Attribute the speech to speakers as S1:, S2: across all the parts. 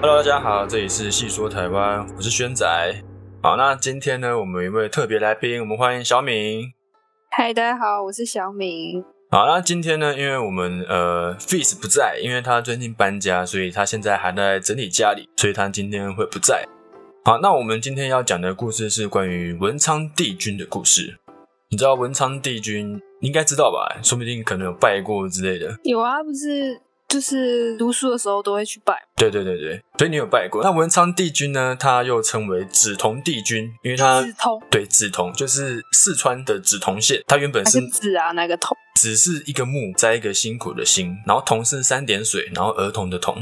S1: Hello，大家好，这里是细说台湾，我是轩仔。好，那今天呢，我们有一位特别来宾，我们欢迎小敏。
S2: 嗨，大家好，我是小敏。
S1: 好，那今天呢，因为我们呃 f i s 不在，因为他最近搬家，所以他现在还在整理家里，所以他今天会不在。好，那我们今天要讲的故事是关于文昌帝君的故事。你知道文昌帝君应该知道吧？说不定可能有拜过之类的。
S2: 有啊，不是就是读书的时候都会去拜，
S1: 对对对对，所以你有拜过。那文昌帝君呢？他又称为紫铜帝君，因为他
S2: 紫铜
S1: 对紫铜就是四川的紫铜县，它原本
S2: 哪
S1: 是
S2: 个字啊，哪个铜？
S1: 只是一个木，在一个辛苦的辛，然后铜是三点水，然后儿童的童，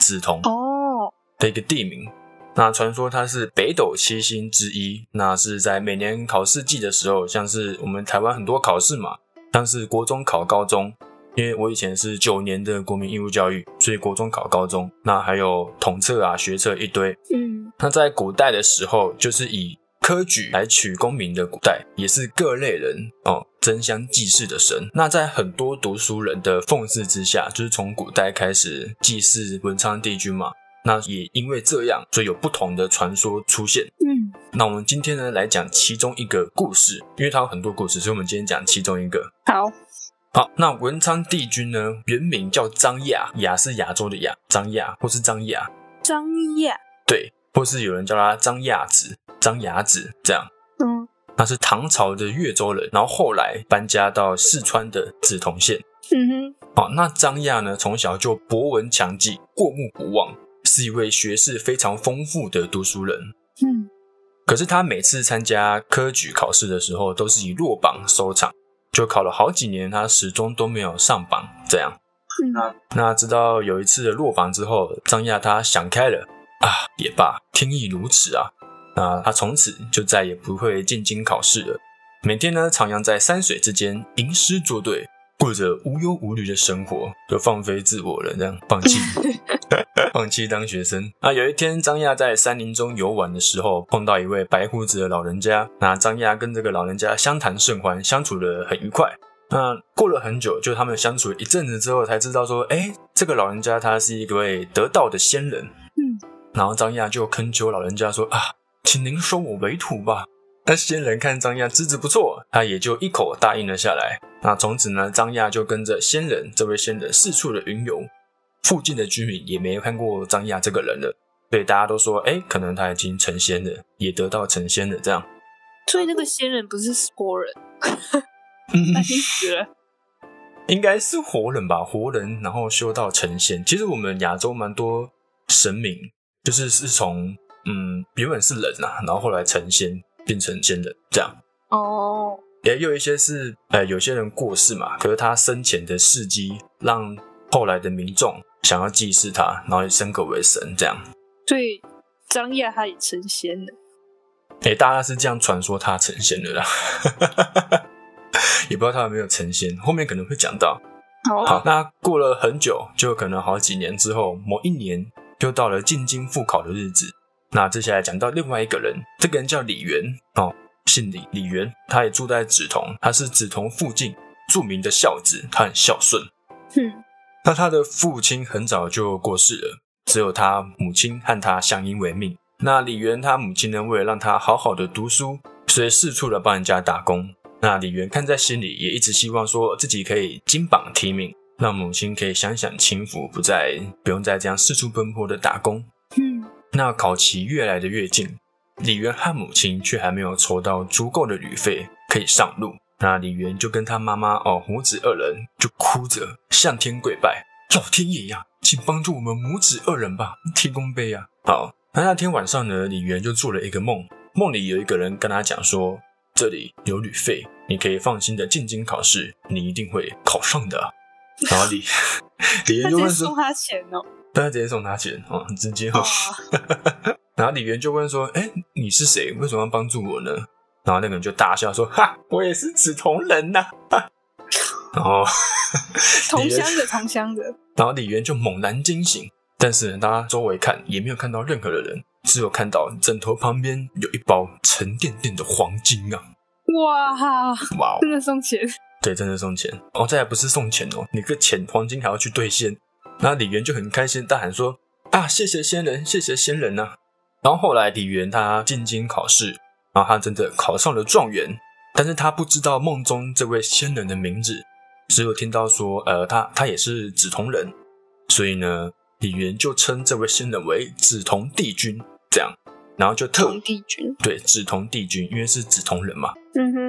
S1: 紫铜
S2: 哦，
S1: 的一个地名。那传说它是北斗七星之一，那是在每年考试季的时候，像是我们台湾很多考试嘛，像是国中考高中，因为我以前是九年的国民义务教育，所以国中考高中，那还有统测啊、学测一堆。
S2: 嗯，
S1: 那在古代的时候，就是以科举来取功名的古代，也是各类人哦争相祭祀的神。那在很多读书人的奉祀之下，就是从古代开始祭祀文昌帝君嘛。那也因为这样，所以有不同的传说出现。
S2: 嗯，
S1: 那我们今天呢来讲其中一个故事，因为它有很多故事，所以我们今天讲其中一个。
S2: 好，
S1: 好，那文昌帝君呢，原名叫张亚，亚是亚洲的亚，张亚或是张亚，
S2: 张啊亚，
S1: 对，或是有人叫他张亚子、张牙子这样。
S2: 嗯
S1: 他是唐朝的越州人，然后后来搬家到四川的梓潼县。
S2: 嗯哼，
S1: 哦，那张亚呢，从小就博闻强记，过目不忘，是一位学识非常丰富的读书人。
S2: 嗯，
S1: 可是他每次参加科举考试的时候，都是以落榜收场，就考了好几年，他始终都没有上榜。这样，
S2: 嗯，
S1: 那直到有一次的落榜之后，张亚他想开了啊，也罢，天意如此啊。那他从此就再也不会进京考试了，每天呢徜徉在山水之间，吟诗作对，过着无忧无虑的生活，就放飞自我了，这样放弃，放弃当学生。那有一天，张亚在山林中游玩的时候，碰到一位白胡子的老人家，那张亚跟这个老人家相谈甚欢，相处的很愉快。那过了很久，就他们相处一阵子之后，才知道说，哎，这个老人家他是一位得道的仙人。
S2: 嗯，
S1: 然后张亚就恳求老人家说啊，请您收我为徒吧。那仙人看张亚资质不错，他也就一口答应了下来。那从此呢，张亚就跟着仙人这位仙人四处的云游，附近的居民也没看过张亚这个人了，所以大家都说，哎，可能他已经成仙了，也得到成仙了这样。
S2: 所以那个仙人不是 活人，
S1: 嗯
S2: 他已经死了。
S1: 应该是活人吧，活人然后修到成仙。其实我们亚洲蛮多神明，就是是从嗯原本是人啊，然后后来成仙变成仙人这样。
S2: 哦，
S1: 也有一些是呃有些人过世嘛，可是他生前的事迹让后来的民众想要祭祀他，然后升格为神这样。
S2: 所以张亚他也成仙了。
S1: 哎、大家是这样传说他成仙的啦， 也不知道他有没有成仙，后面可能会讲到。
S2: 好，
S1: 好，那过了很久，就可能好几年之后，某一年就到了进京复考的日子。那接下来讲到另外一个人，这个人叫李元哦，姓李，李元，他也住在梓潼，他是梓潼附近著名的孝子，他很孝顺。
S2: 嗯，
S1: 那他的父亲很早就过世了，只有他母亲和他相依为命。那李元他母亲呢，为了让他好好的读书，所以四处的帮人家打工。那李元看在心里，也一直希望说自己可以金榜题名，让母亲可以享享清福，不再不用再这样四处奔波的打工。
S2: 嗯，
S1: 那考期越来的越近，李元和母亲却还没有筹到足够的旅费可以上路。那李元就跟他妈妈哦母子二人就哭着向天跪拜：“老天爷呀、请帮助我们母子二人吧，提供杯呀、好，那那天晚上呢，李元就做了一个梦，梦里有一个人跟他讲说：“这里有旅费，你可以放心的进京考试，你一定会考上的啊。” 然后李李元就
S2: 他直接
S1: 问说
S2: 送：“他钱哦。
S1: 大家直接送他钱哦，直接哦。
S2: 哦
S1: 然后李元就问说：“哎、你是谁？为什么要帮助我呢？”然后那个人就大笑说：“哈，我也是紫铜人呐、哈然后，
S2: 同乡的，同乡的。
S1: 然后李元就猛然惊醒，但是大家周围看也没有看到任何的人，只有看到枕头旁边有一包沉甸甸的黄金啊！
S2: 哇哈，
S1: 哇哦，
S2: 真的送钱。
S1: 对，真的送钱哦，这还不是送钱哦，你个钱黄金还要去兑现。那李元就很开心，大喊说：“啊，谢谢仙人，谢谢仙人呐、啊然后后来李元他进京考试，然后他真的考上了状元，但是他不知道梦中这位仙人的名字，只有听到说，呃，他他也是梓潼人，所以呢，李元就称这位仙人为梓潼帝君，这样，然后就特
S2: 皇帝君。
S1: 对梓潼帝君，因为是梓潼人嘛，
S2: 嗯哼，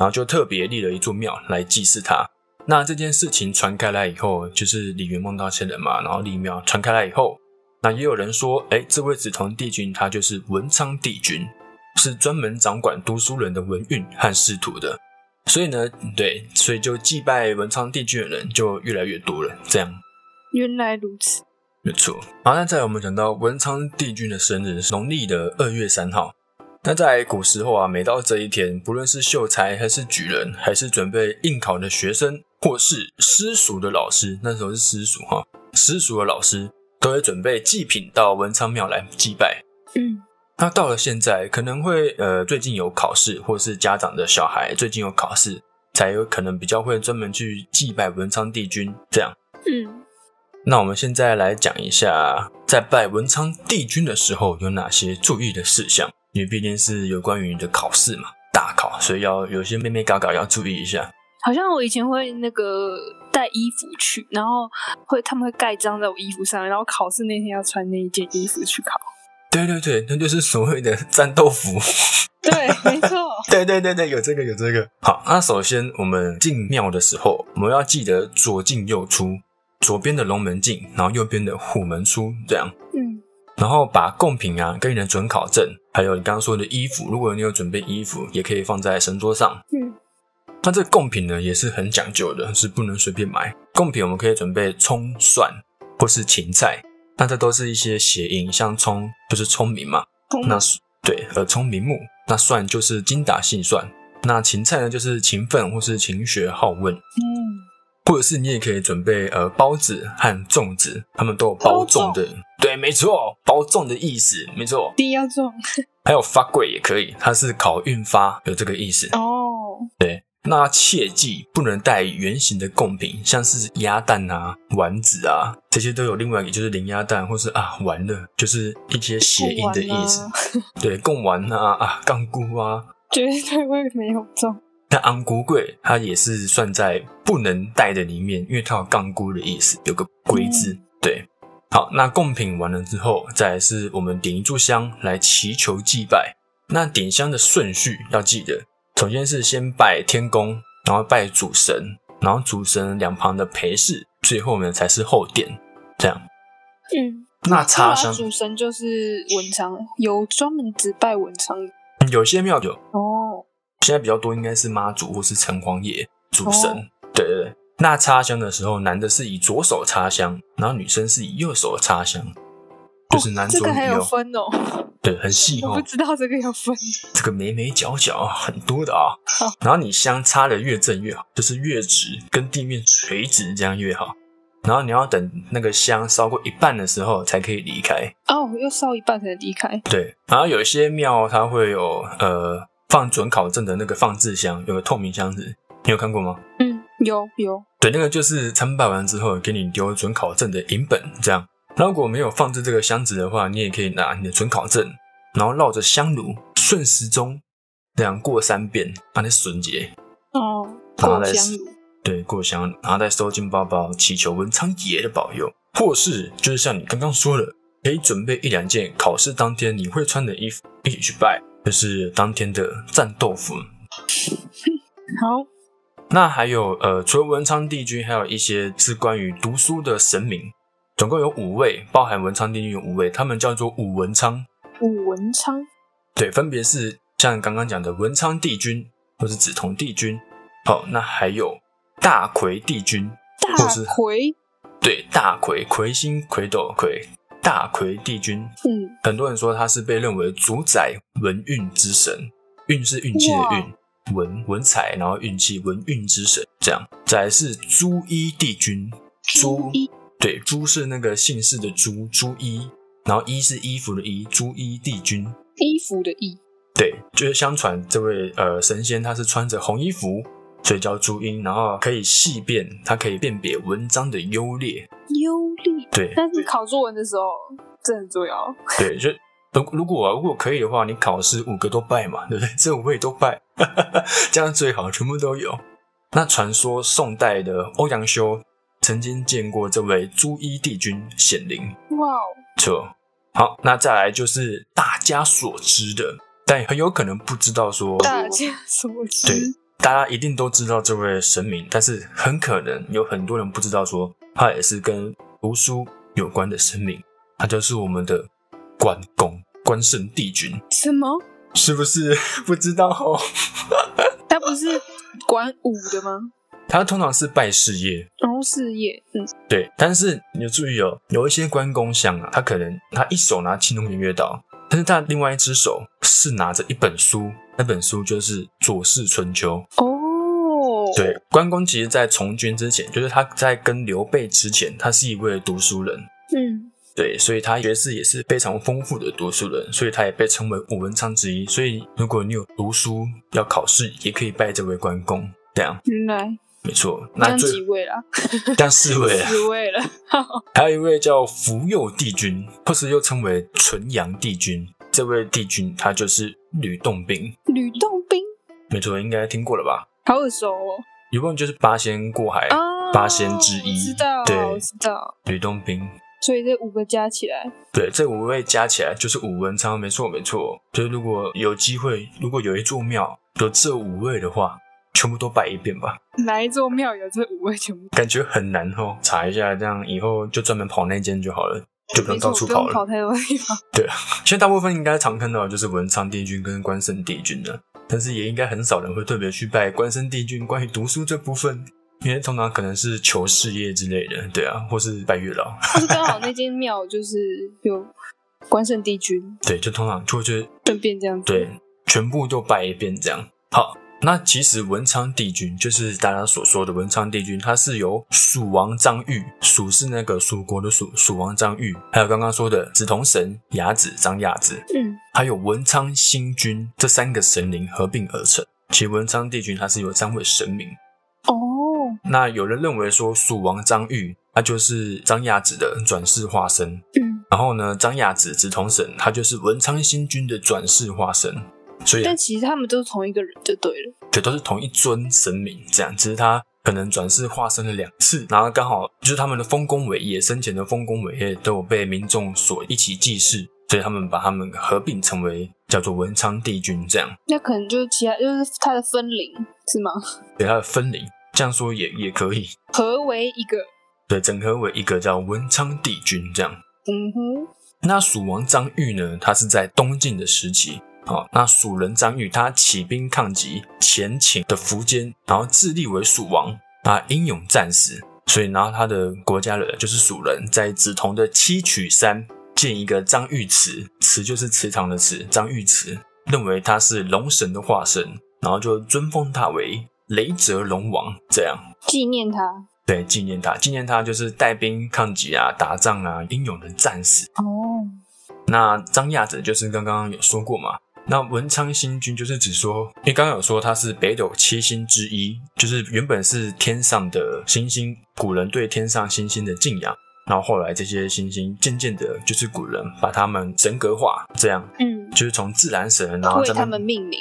S1: 然后就特别立了一座庙来祭祀他。那这件事情传开来以后，就是李元梦到仙人嘛，然后立庙传开来以后，那也有人说，哎，这位紫铜帝君他就是文昌帝君，是专门掌管读书人的文运和仕途的。所以呢，对，所以就祭拜文昌帝君的人就越来越多了，这样
S2: 原来如此。
S1: 没错。好，那再来我们讲到文昌帝君的生日是农历的二月三号。那在古时候啊，每到这一天，不论是秀才还是举人，还是准备应考的学生，或是私塾的老师，那时候是私塾哈，私塾的老师都会准备祭品到文昌庙来祭拜。
S2: 嗯，
S1: 那到了现在，可能会呃，最近有考试，或是家长的小孩最近有考试，才有可能比较会专门去祭拜文昌帝君这样。
S2: 嗯，
S1: 那我们现在来讲一下，在拜文昌帝君的时候有哪些注意的事项，因为毕竟是有关于你的考试嘛，大考，所以要有些妹妹嘎嘎要注意一下。
S2: 好像我以前会那个带衣服去，然后会他们会盖章在我衣服上，然后考试那天要穿那一件衣服去考。
S1: 对对对，那就是所谓的战斗服。
S2: 对， 没错。
S1: 对对对对，有这个有这个。好，那首先我们进庙的时候，我们要记得左进右出，左边的龙门进，然后右边的虎门出，这样。
S2: 嗯，
S1: 然后把贡品啊跟你的准考证，还有你刚刚说的衣服，如果你有准备衣服，也可以放在神桌上。
S2: 嗯，
S1: 那这个贡品呢也是很讲究的，是不能随便买。贡品我们可以准备葱、蒜或是芹菜，那这都是一些谐音，像葱就是聪明嘛，
S2: 公
S1: 那是对呃耳聪明目，那蒜就是精打细算，那芹菜呢就是勤奋或是勤学好问，
S2: 嗯，
S1: 或者是你也可以准备呃包子和粽子，他们都有包粽的，对，没错，包粽的意思，没错
S2: 一。定要中
S1: 还有发贵也可以，它是考运发，有这个意思。
S2: 哦。
S1: 那切记不能带圆形的贡品，像是鸭蛋啊、丸子啊，这些都有另外一个就是零鸭蛋，或是啊完了，就是一些谐音的意思。
S2: 不玩啊
S1: 对，贡丸啊啊杠菇啊，
S2: 绝对会没有中。
S1: 那昂菇贵它也是算在不能带的里面，因为它有杠菇的意思，有个龟字。对，好，那贡品完了之后，再来是我们点一炷香来祈求祭拜。那点香的顺序要记得，首先是先拜天公，然后拜主神，然后主神两旁的陪侍，最后呢才是后殿。这样，
S2: 嗯，
S1: 那插香
S2: 主神就是文昌，有专门只拜文昌的
S1: 有些庙有，
S2: 哦。
S1: 现在比较多应该是妈祖或是城隍爷主神。
S2: 哦
S1: 对对对。那插香的时候，男的是以左手插香，然后女生是以右手插香，就是男
S2: 哦这
S1: 左
S2: 个还
S1: 女右。
S2: 有分哦，
S1: 对，很细
S2: 我
S1: 哦
S2: 不，知道这个有分。
S1: 这个眉眉角角啊很多的啊
S2: 好。
S1: 然后你香插的越正越好，就是越直，跟地面垂直，这样越好。然后你要等那个香烧过一半的时候才可以离开。
S2: 哦，又烧一半才能离开。
S1: 对，然后有一些庙它会有呃放准考证的那个放置箱，有个透明箱子，你有看过吗？
S2: 嗯，有有，
S1: 对，那个就是参拜完之后给你丢准考证的银本，这样。那如果没有放置这个箱子的话，你也可以拿你的准考证，然后绕着香炉顺时钟这样过三遍，把你损结。
S2: 哦，
S1: 好
S2: 过
S1: 嘞
S2: 香炉。
S1: 对，过香，然后再收进包包，祈求文昌爷的保佑，或是就是像你刚刚说的，可以准备一两件考试当天你会穿的衣服一起去拜，就是当天的战斗服。
S2: 好，
S1: 那还有呃，除了文昌帝君，还有一些是关于读书的神明，总共有五位，包含文昌帝君有五位，他们叫做五文昌。
S2: 武文昌。
S1: 对，分别是像刚刚讲的文昌帝君，或是紫铜帝君。好，那还有大魁帝君，
S2: 大
S1: 或是
S2: 魁，
S1: 对大魁魁星魁斗魁大魁帝君，
S2: 嗯，
S1: 很多人说他是被认为主宰文运之神，运是运气的运，文文采，然后运气文运之神这样。再来是朱一帝君，朱
S2: 一
S1: 对朱是那个姓氏的朱，朱一，然后一是衣服的衣，朱一帝君。
S2: 衣服的衣，
S1: 对，就是相传这位呃神仙他是穿着红衣服，所以叫注音，然后可以细辨，它可以辨别文章的优劣。
S2: 优劣。
S1: 对
S2: 但是考作文的时候，这很重要。
S1: 对，就如如果、啊、如果可以的话，你考试五个都拜嘛，对不 对？这五位都拜，这样最好，全部都有。那传说宋代的欧阳修曾经见过这位朱衣帝君显灵，
S2: 哇哦，
S1: 错。好，那再来就是大家所知的，但很有可能不知道说，
S2: 大家所知。
S1: 对大家一定都知道这位神明，但是很可能有很多人不知道说，他也是跟读书有关的神明，他就是我们的关公关圣帝君，
S2: 什么？
S1: 是不是 不知道哦？
S2: 他不是管武的吗？
S1: 他通常是拜事业，
S2: 然后事业，嗯，
S1: 对，但是你要注意哦，有一些关公像啊，他可能他一手拿青龙偃月刀，但是他另外一只手是拿着一本书，那本书就是《左氏春秋》。
S2: 哦，
S1: 对，关公其实，在从军之前，就是他在跟刘备之前，他是一位读书人，
S2: 嗯，
S1: 对，所以他学识也是非常丰富的读书人，所以他也被称为武文昌之一。所以如果你有读书要考试，也可以拜这位关公。这样
S2: 原来
S1: 没错，
S2: 这
S1: 那
S2: 样几
S1: 最
S2: 位啦？
S1: 这样四位啊，
S2: 四位了，
S1: 还有一位叫福佑帝君，或是又称为纯阳帝君。这位帝君他就是吕洞宾，
S2: 吕洞宾，
S1: 没错，应该听过了吧？
S2: 好耳熟哦。
S1: 一问就是八仙过海，
S2: 啊，
S1: 八仙之一
S2: 我知道，
S1: 对
S2: 我知道。
S1: 吕洞宾。
S2: 所以这五个加起来，
S1: 对，这五位加起来就是武文昌，没错没错。就是如果有机会，如果有一座庙有这五位的话，全部都拜一遍吧。
S2: 哪一座庙有这五位全部？
S1: 感觉很难哦，查一下，这样以后就专门跑那间就好了， 就不用到处
S2: 没错
S1: 跑
S2: 不用
S1: 了。
S2: 跑太多地方。
S1: 现在大部分应该常看到的就是文昌帝君跟关圣帝君了，但是也应该很少人会特别去拜关圣帝君关于读书这部分，因为通常可能是求事业之类的，对啊，或是拜月老，
S2: 或是刚好那间庙就是有关圣帝君，
S1: 对，就通常就会觉得
S2: 顺便这样子。
S1: 对，全部都拜一遍这样。好，那其实文昌帝君就是大家所说的文昌帝君，他是由蜀王张玉，蜀是那个蜀国的蜀，蜀王张玉，还有刚刚说的紫铜神雅子张雅子，
S2: 嗯，
S1: 还有文昌星君这三个神灵合并而成。其实文昌帝君他是有三位神明，
S2: 哦，
S1: 那有人认为说蜀王张玉，他就是张雅子的转世化身，
S2: 嗯，
S1: 然后呢，张雅子紫铜神他就是文昌星君的转世化身，所以啊
S2: 但其实他们都是同一个人就对了。
S1: 对，都是同一尊神明这样，只是他可能转世化身了两次，然后刚好就是他们的丰功伟业，生前的丰功伟业都有被民众所一起祭祀，所以他们把他们合并成为叫做文昌帝君这样，
S2: 那可能就是其他就是他的分灵是吗？
S1: 给他的分灵，这样说也也可以，
S2: 合为一个，
S1: 对，整合为一个叫文昌帝君这样。
S2: 嗯哼，
S1: 那蜀王张玉呢，他是在东晋的时期。好，那蜀人张玉他起兵抗击前秦的苻坚，然后自立为蜀王，啊，英勇战死。所以，然后他的国家人就是蜀人，在梓潼的七曲山建一个张玉祠，祠就是祠堂的祠，张玉祠，认为他是龙神的化身，然后就尊封他为雷泽龙王，这样。
S2: 纪念他。
S1: 对，纪念他，纪念他就是带兵抗击啊、打仗啊，英勇的战死。
S2: 哦，
S1: 那张亚子就是刚刚有说过嘛，那文昌星君就是指说，因为刚刚有说他是北斗七星之一，就是原本是天上的星星，古人对天上星星的敬仰，然后后来这些星星渐渐的，就是古人把他们神格化，这样
S2: 嗯，
S1: 就是从自然神，然后
S2: 为
S1: 再
S2: 他
S1: 慢
S2: 们命名。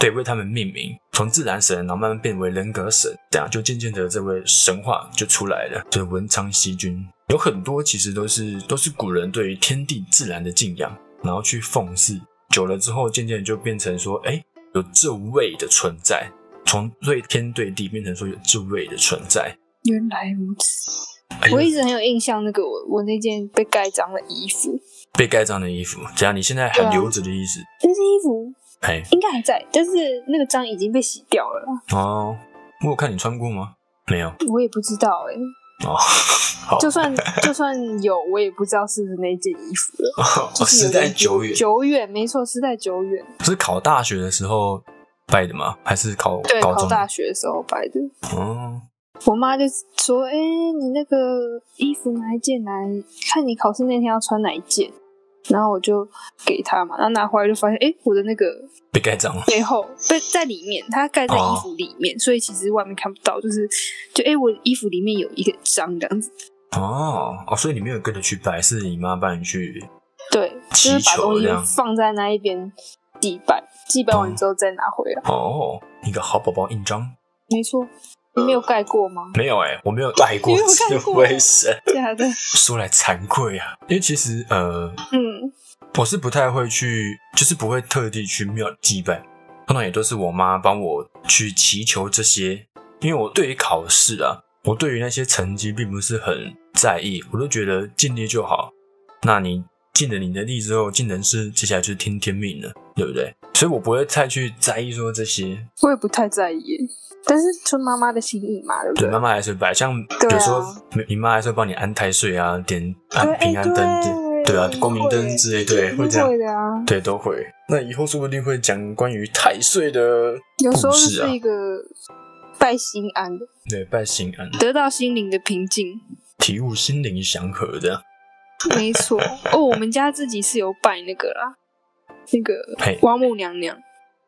S1: 对为他们命名，从自然神，然后慢慢变为人格神，这样就渐渐的这位神话就出来了，就是文昌西君。有很多其实都是都是古人对于天地自然的敬仰，然后去奉祀，久了之后，渐渐地就变成说，哎，有这位的存在，从对天对地变成说有这位的存在。
S2: 原来如此，
S1: 哎呦
S2: 我一直很有印象，那个我我那件被盖章的衣服，
S1: 被盖章的衣服，怎样？你现在
S2: 对
S1: 还
S2: 啊
S1: 留着的意思？
S2: 那件衣服
S1: 哎、
S2: 应该还在，但是那个章已经被洗掉了啦，
S1: 哦，我有看你穿过吗？没有
S2: 我也不知道哎、
S1: 哦，好，
S2: 就算就算有，我也不知道是不是那件衣服了。就
S1: 哦
S2: 是有
S1: 时
S2: 点
S1: 代久远，
S2: 久远没错，时代久远。
S1: 是考大学的时候拜的吗？还是考
S2: 对，
S1: 高
S2: 考
S1: 中？
S2: 大学的时候摆的。
S1: 哦，
S2: 我妈就说：“哎、你那个衣服哪一件来？看你考试那天要穿哪一件。”然后我就给他嘛，然后拿回来就发现，哎，我的那个
S1: 被盖章了。
S2: 背后被在里面，它盖在
S1: 哦
S2: 衣服里面，所以其实外面看不到，就是就哎，我衣服里面有一个章这样子，
S1: 哦哦，所以你没有跟着去拜，是你妈帮你去。
S2: 对，就是
S1: 祈
S2: 把
S1: 求
S2: 东
S1: 这
S2: 西
S1: 样
S2: 放在那一边祭拜，祭拜完之后再拿回来，
S1: 哦，一个好宝宝印章
S2: 没错。你
S1: 嗯
S2: 没有盖过吗？
S1: 没有哎、我没有拜过
S2: 你没有
S1: 智
S2: 拜过
S1: 慧神，
S2: 假的，
S1: 说来惭愧啊，因为其实呃，
S2: 嗯，
S1: 我是不太会去，就是不会特地去庙里祭拜，通常也都是我妈帮我去祈求这些。因为我对于考试啊，我对于那些成绩并不是很在意，我都觉得尽力就好。那你尽了你的力之后，尽人事，接下来就是听天命了，对不对？所以我不会太去在意说这些。
S2: 我也不太在意耶，但是就妈妈的心意嘛，对不
S1: 对，
S2: 对？啊
S1: 妈妈还是摆，像比如说你你妈还是会帮你安太岁啊，点安
S2: 对
S1: 平安灯
S2: 哎
S1: 之，
S2: 对
S1: 对啊，光明灯
S2: 会
S1: 之类，对，
S2: 一定
S1: 会这样。
S2: 会的啊。
S1: 对，都会。那以后说不定会讲关于太岁的
S2: 有时候
S1: 故
S2: 就
S1: 事啊
S2: 是一个拜心安的，
S1: 对拜心安，
S2: 得到心灵的平静。
S1: 体悟心灵祥和的。
S2: 没错，哦，我们家自己是有拜那个啦，那个
S1: 嘿
S2: 王母娘娘。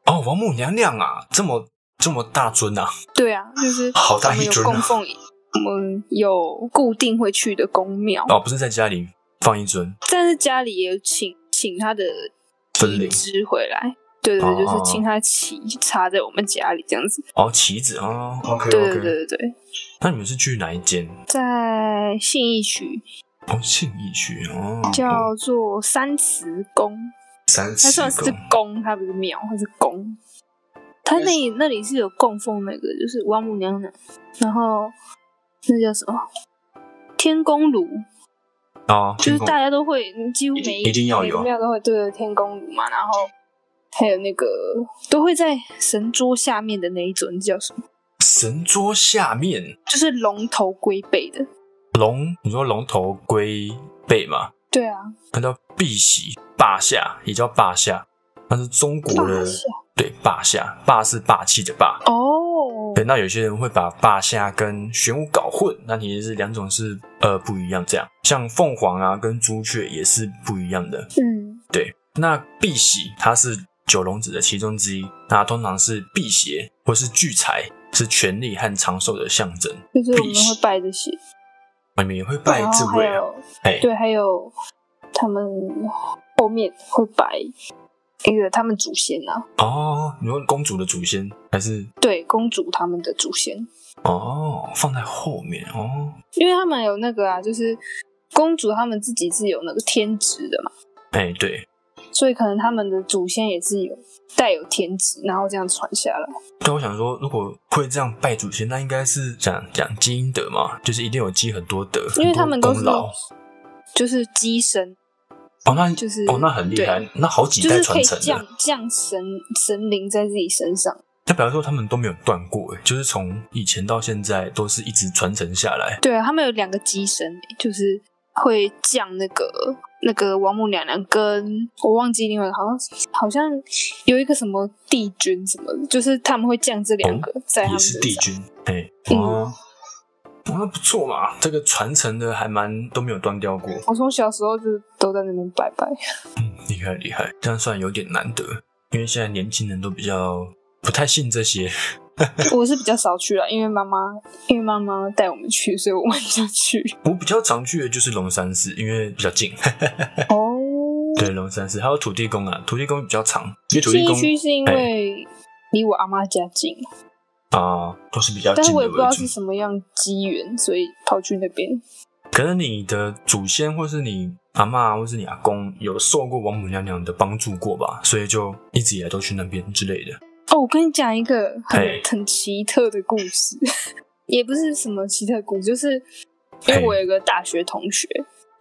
S1: 哦，王母娘娘啊，这么这么大尊啊，
S2: 对啊，就是
S1: 好
S2: 我
S1: 大
S2: 们
S1: 一
S2: 有
S1: 尊
S2: 供
S1: 啊！
S2: 奉，我们有固定会去的宫庙，
S1: 哦，不是在家里放一尊，
S2: 但是家里也有请请他的
S1: 分
S2: 体
S1: 灵
S2: 支回来。对对，
S1: 哦
S2: 对就
S1: 哦哦
S2: 是请他旗插在我们家里这样子。
S1: 哦，旗子哦，OK
S2: 对对
S1: OK。
S2: 对对对，
S1: 那你们是去哪一间？
S2: 在信义区
S1: 哦，信义区哦，哦
S2: 叫做三慈宫，
S1: 三
S2: 它
S1: 十
S2: 算是
S1: 宫
S2: 宫，它不是庙，它是宫。它那里那里是有供奉那个，就是王母娘娘，然后那叫什么天公炉，
S1: 哦，
S2: 就是
S1: 天宫
S2: 大家都会，嗯几乎每
S1: 一定要有啊
S2: 每个庙都会对着天公炉嘛，然后还有那个都会在神桌下面的那一尊叫什么？
S1: 神桌下面
S2: 就是龙头龟背的。
S1: 龙，你说龙头龟背嘛？
S2: 对啊，
S1: 它叫碧玺霸下，也叫霸下，它是中国的
S2: 霸下
S1: 对霸下，霸是霸气的霸。
S2: 哦，
S1: 对，那有些人会把霸下跟玄武搞混，那其实是两种是呃不一样。这样，像凤凰啊跟朱雀也是不一样的。
S2: 嗯，
S1: 那碧玺它是九龙子的其中之一，那通常是辟邪或是聚财，是权力和长寿的象征。
S2: 就是我们
S1: 必须
S2: 会拜这些，
S1: 啊你们也会拜
S2: 然
S1: 这
S2: 后还
S1: 位啊？
S2: 有
S1: 哎，
S2: 对，还有他们后面会摆那个他们祖先啊，
S1: 哦，你说公主的祖先还是
S2: 对，公主他们的祖先，
S1: 哦放在后面哦？
S2: 因为他们有那个啊，就是公主他们自己是有那个天职的嘛，
S1: 哎，对，
S2: 所以可能他们的祖先也是有带有天职，然后这样传下来。
S1: 但我想说，如果会这样拜祖先，那应该是讲讲积阴德嘛，就是一定有积很多德，
S2: 因为
S1: 很多
S2: 他们都是
S1: 功劳
S2: 就是鸡神，
S1: 哦，那
S2: 就是
S1: 哦，那很厉害
S2: 对，
S1: 那好几
S2: 就
S1: 代
S2: 是可
S1: 传
S2: 以
S1: 承
S2: 降
S1: 的。
S2: 降神神灵在自己身上。
S1: 那比方说，他们都没有断过，哎，就是从以前到现在都是一直传承下来。
S2: 对啊，他们有两个机神，就是会降那个那个王母娘娘跟我忘记另外一个好像好像有一个什么帝君什么的，就是他们会降这两个在他
S1: 哦也
S2: 们
S1: 是
S2: 身
S1: 帝
S2: 上。
S1: 君，哎、
S2: 嗯
S1: 哦，哦，那不错嘛，这个传承的还蛮都没有断掉过，
S2: 我从小时候就都在那边拜拜，
S1: 厉害厉害，这样算有点难得，因为现在年轻人都比较不太信这些。
S2: 我是比较少去了，因为妈妈因为妈妈带我们去，所以我们就去。
S1: 我比较常去的就是龙山寺，因为比较近。
S2: 哦，
S1: 对，龙山寺还有土地公啊，土地公比较长，因为土地
S2: 信
S1: 公哎
S2: 义区是因为离我阿妈家近，
S1: 啊、都是比较
S2: 但是
S1: 近
S2: 我
S1: 的
S2: 也不知道
S1: 为
S2: 是
S1: 主。
S2: 什么样机缘，所以跑去那边。
S1: 可能你的祖先或是你阿嬷或是你阿公有受过王母娘娘的帮助过吧，所以就一直以来都去那边之类的。
S2: 哦，我跟你讲一个很
S1: 嘿
S2: 很奇特的故事， 也不是什么奇特故事，就是因
S1: 嘿
S2: 为我有一个大学同学，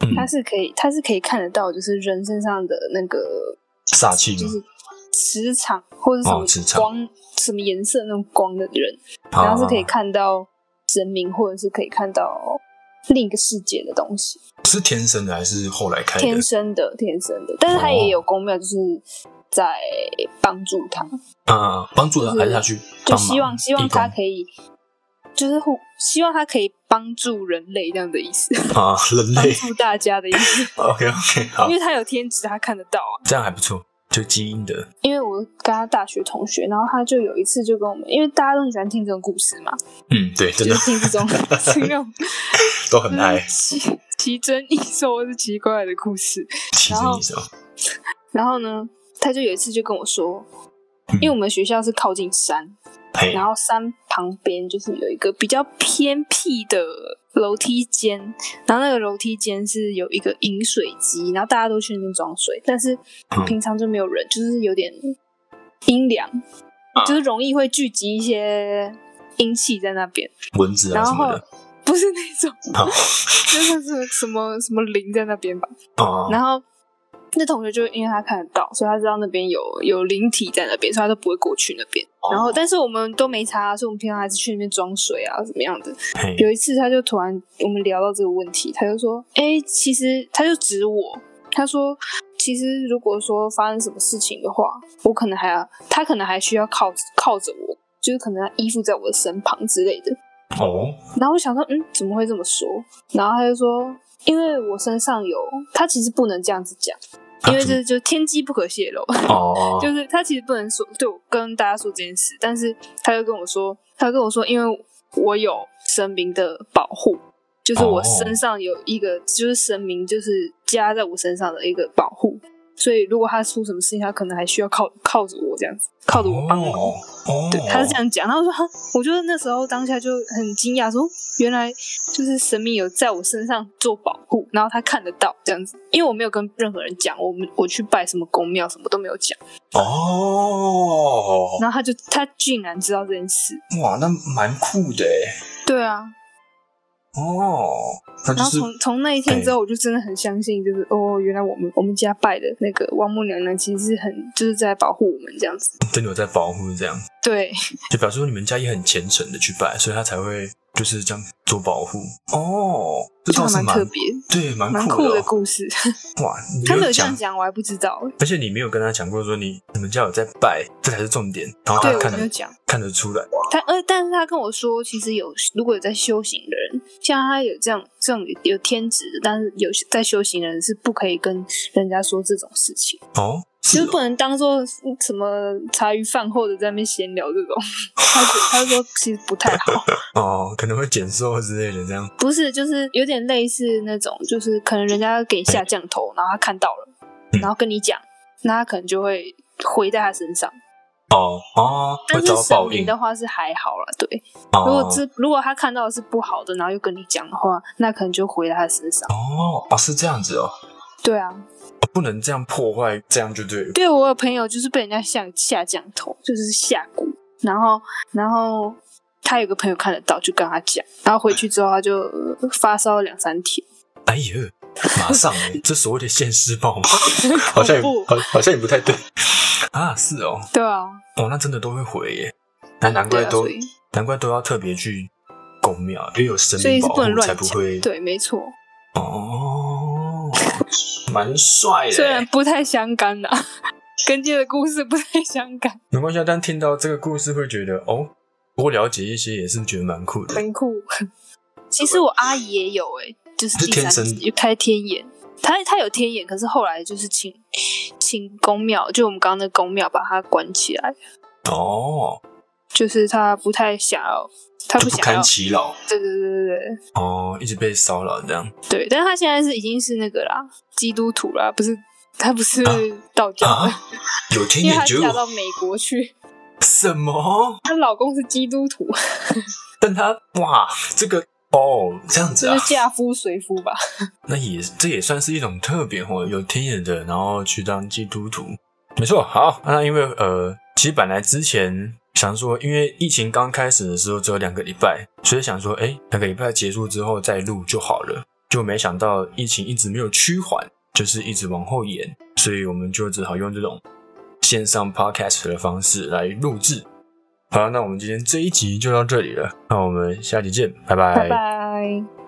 S1: 嗯，
S2: 他是可以他是可以看得到，就是人身上的那个
S1: 煞气
S2: 就
S1: 吗？
S2: 是磁场或者什
S1: 哦
S2: 么
S1: 磁场
S2: 光、什么颜色那种光的人，
S1: 啊
S2: 然后是可以看到神明，或者是可以看到另一个世界的东西，
S1: 是天生的还是后来开的？
S2: 天生的天生的，但是他
S1: 哦
S2: 也有公庙，就是在帮助他。
S1: 啊，帮助他
S2: 就是
S1: 还是他去
S2: 就
S1: 帮忙
S2: 希望希望
S1: 义工
S2: 他可以就是互希望他可以帮助人类这样的 意思，
S1: 啊，人
S2: 帮
S1: 类。
S2: 助大家的意思，
S1: OK OK，好
S2: 因，为他有天职，他看得到啊。
S1: 这样还不错，就基因的
S2: 因为我跟他大学同学，然后他就有一次就跟我们，因为大家都很喜欢听这种故事嘛，
S1: 嗯，对，真
S2: 就
S1: 的
S2: 是听这 种听那种
S1: 都很爱
S2: 奇奇珍异兽或是奇怪的故事。
S1: 奇
S2: 然
S1: 珍
S2: 后
S1: 异兽。
S2: 然后呢，他就有一次就跟我说
S1: 嗯，
S2: 因为我们学校是靠近山，
S1: 嘿
S2: 然，后山旁边就是有一个比较偏僻的楼梯间，然后那个楼梯间是有一个饮水机，然后大家都去那边装水，但是
S1: 嗯
S2: 平常就没有人，就是有点阴凉，
S1: 啊
S2: 就是容易会聚集一些阴气在那边，
S1: 蚊子啊
S2: 然
S1: 什
S2: 后
S1: 么的。 哦
S2: 不是那种，
S1: 好，
S2: 就是是什么什么灵在那边吧。
S1: 哦，
S2: 然后那同学就因为他看得到，所以他知道那边有有灵体在那边，所以他都不会过去那边。然
S1: 哦
S2: 后，但是我们都没查，所以我们平常还是去那边装水啊，怎么样的。
S1: 嘿，
S2: 有一次，他就突然我们聊到这个问题，他就说：“哎、其实他就指我，他说，其实如果说发生什么事情的话，我可能还要，他可能还需要靠靠着我，就是可能要依附在我的身旁之类的。”
S1: 哦，
S2: 然后我想说，嗯，怎么会这么说？然后他就说，因为我身上有，他其实不能这样子讲，因为
S1: 啊怎么
S2: 这就天机不可泄露，
S1: 哦，
S2: 就是他其实不能说对我跟大家说这件事，但是他就跟我说，他就跟我说，因为我有神明的保护，就是我
S1: 哦
S2: 身上有一个，就是神明就是加在我身上的一个保护，所以如果他出什么事情，他可能还需要靠靠着我这样子，靠着我帮忙。
S1: 哦，哦
S2: 对，他是这样讲。然后我说，哈，我就那时候当下就很惊讶，说原来就是神明有在我身上做保护，然后他看得到这样子。因为我没有跟任何人讲，我们我去拜什么宫庙什么都没有讲，
S1: 哦，
S2: 然后他就他竟然知道这件事。
S1: 哇，那蛮酷的欸
S2: 对啊，
S1: 哦，那就
S2: 然后
S1: 是
S2: 从从那一天之后，我就真的很相信，就是哦，原来我们我们家拜的那个王母娘娘其实是很就是在保护我们这样子。
S1: 真的有在保护这样，
S2: 对，
S1: 就表示说你们家也很虔诚的去拜，所以他才会就是这样做保护。哦，这
S2: 就
S1: 倒
S2: 还
S1: 是
S2: 蛮特别，
S1: 对，蛮
S2: 蛮
S1: 酷
S2: 酷的
S1: 哦
S2: 故事。
S1: 哇，你
S2: 他没
S1: 有
S2: 有这
S1: 讲哦
S2: 样讲，我还不知道。
S1: 而且你没有跟他讲过说你你们家有在拜，这才是重点。然后
S2: 对，
S1: 他
S2: 我
S1: 看
S2: 没有
S1: 得
S2: 讲。
S1: 看得出来，
S2: 他呃，但是他跟我说，其实有如果有在修行的人，像他有这样这种有天职的，但是有在修行的人是不可以跟人家说这种事情，
S1: 哦，是
S2: 就是
S1: 哦
S2: 不能当做什么茶余饭后的在那边闲聊这 种。他就他就说其实不太好，
S1: 哦，可能会减寿之类的这样。
S2: 不是就是有点类似那种，就是可能人家给你下降头，然后他看到了，
S1: 嗯
S2: 然后跟你讲，那他可能就会回在他身上。
S1: 哦哦，会
S2: 但是
S1: 遭
S2: 神
S1: 报
S2: 明
S1: 应。
S2: 的话是还好了，对。
S1: 哦
S2: 如果这如果他看到的是不好的，然后又跟你讲的话，那可能就回到他身上。
S1: 哦哦是这样子哦，
S2: 对啊，
S1: 不能这样破坏，这样就对了。
S2: 对我有朋友就是被人家下下降头，就是下蛊，然后然后他有个朋友看得到，就跟他讲，然后回去之后他就呃发烧了两三天，
S1: 哎呀，马上欸、这所谓的现世报吗？好像也
S2: 恐怖
S1: 好，好像也不太对啊。是哦，
S2: 对啊，
S1: 哦，那真的都会毁耶。那难怪
S2: 对啊
S1: 都、
S2: 所以
S1: 难怪都要特别去供庙，因为有神
S2: 所以
S1: 明
S2: 是
S1: 保
S2: 不能
S1: 护，
S2: 乱
S1: 才
S2: 讲
S1: 不会。
S2: 对，没错，
S1: 哦，蛮帅
S2: 虽
S1: 的
S2: 然
S1: 欸。
S2: 不太相干呐、 跟今天的故事不太相干，
S1: 没关系啊，但听到这个故事会觉得哦，多了解一些也是觉得蛮酷的。
S2: 很酷。其实我阿姨也有哎、就是
S1: 是
S2: 第三
S1: 天生
S2: 有开天眼，她她有天眼，可是后来就是请请公庙，就我们刚刚那公庙把她关起来，
S1: 哦，
S2: 就是她不太想要，她
S1: 就不
S2: 想要
S1: 堪，其扰
S2: 对对对对对
S1: 哦，一直被骚扰这样。
S2: 对，但是她现在是已经是那个啦，基督徒啦，不是她不是
S1: 啊
S2: 道教的，
S1: 啊有天
S2: 因为
S1: 眼
S2: 她
S1: 觉
S2: 嫁
S1: 悟
S2: 到美国去，
S1: 什么？
S2: 她老公是基督徒，
S1: 但他哇，这个哦，这样子
S2: 就
S1: 啊，
S2: 是嫁夫随夫吧，
S1: 那也这也算是一种特别哦，有天眼的，然后去当基督徒，没错。好，那因为呃，其实本来之前想说，因为疫情刚开始的时候只有两个礼拜，所以想说，哎，两个礼拜结束之后再录就好了，就没想到疫情一直没有趋缓，就是一直往后延，所以我们就只好用这种线上 podcast 的方式来录制。好，那我们今天这一集就到这里了，那我们下集见，拜
S2: 拜拜。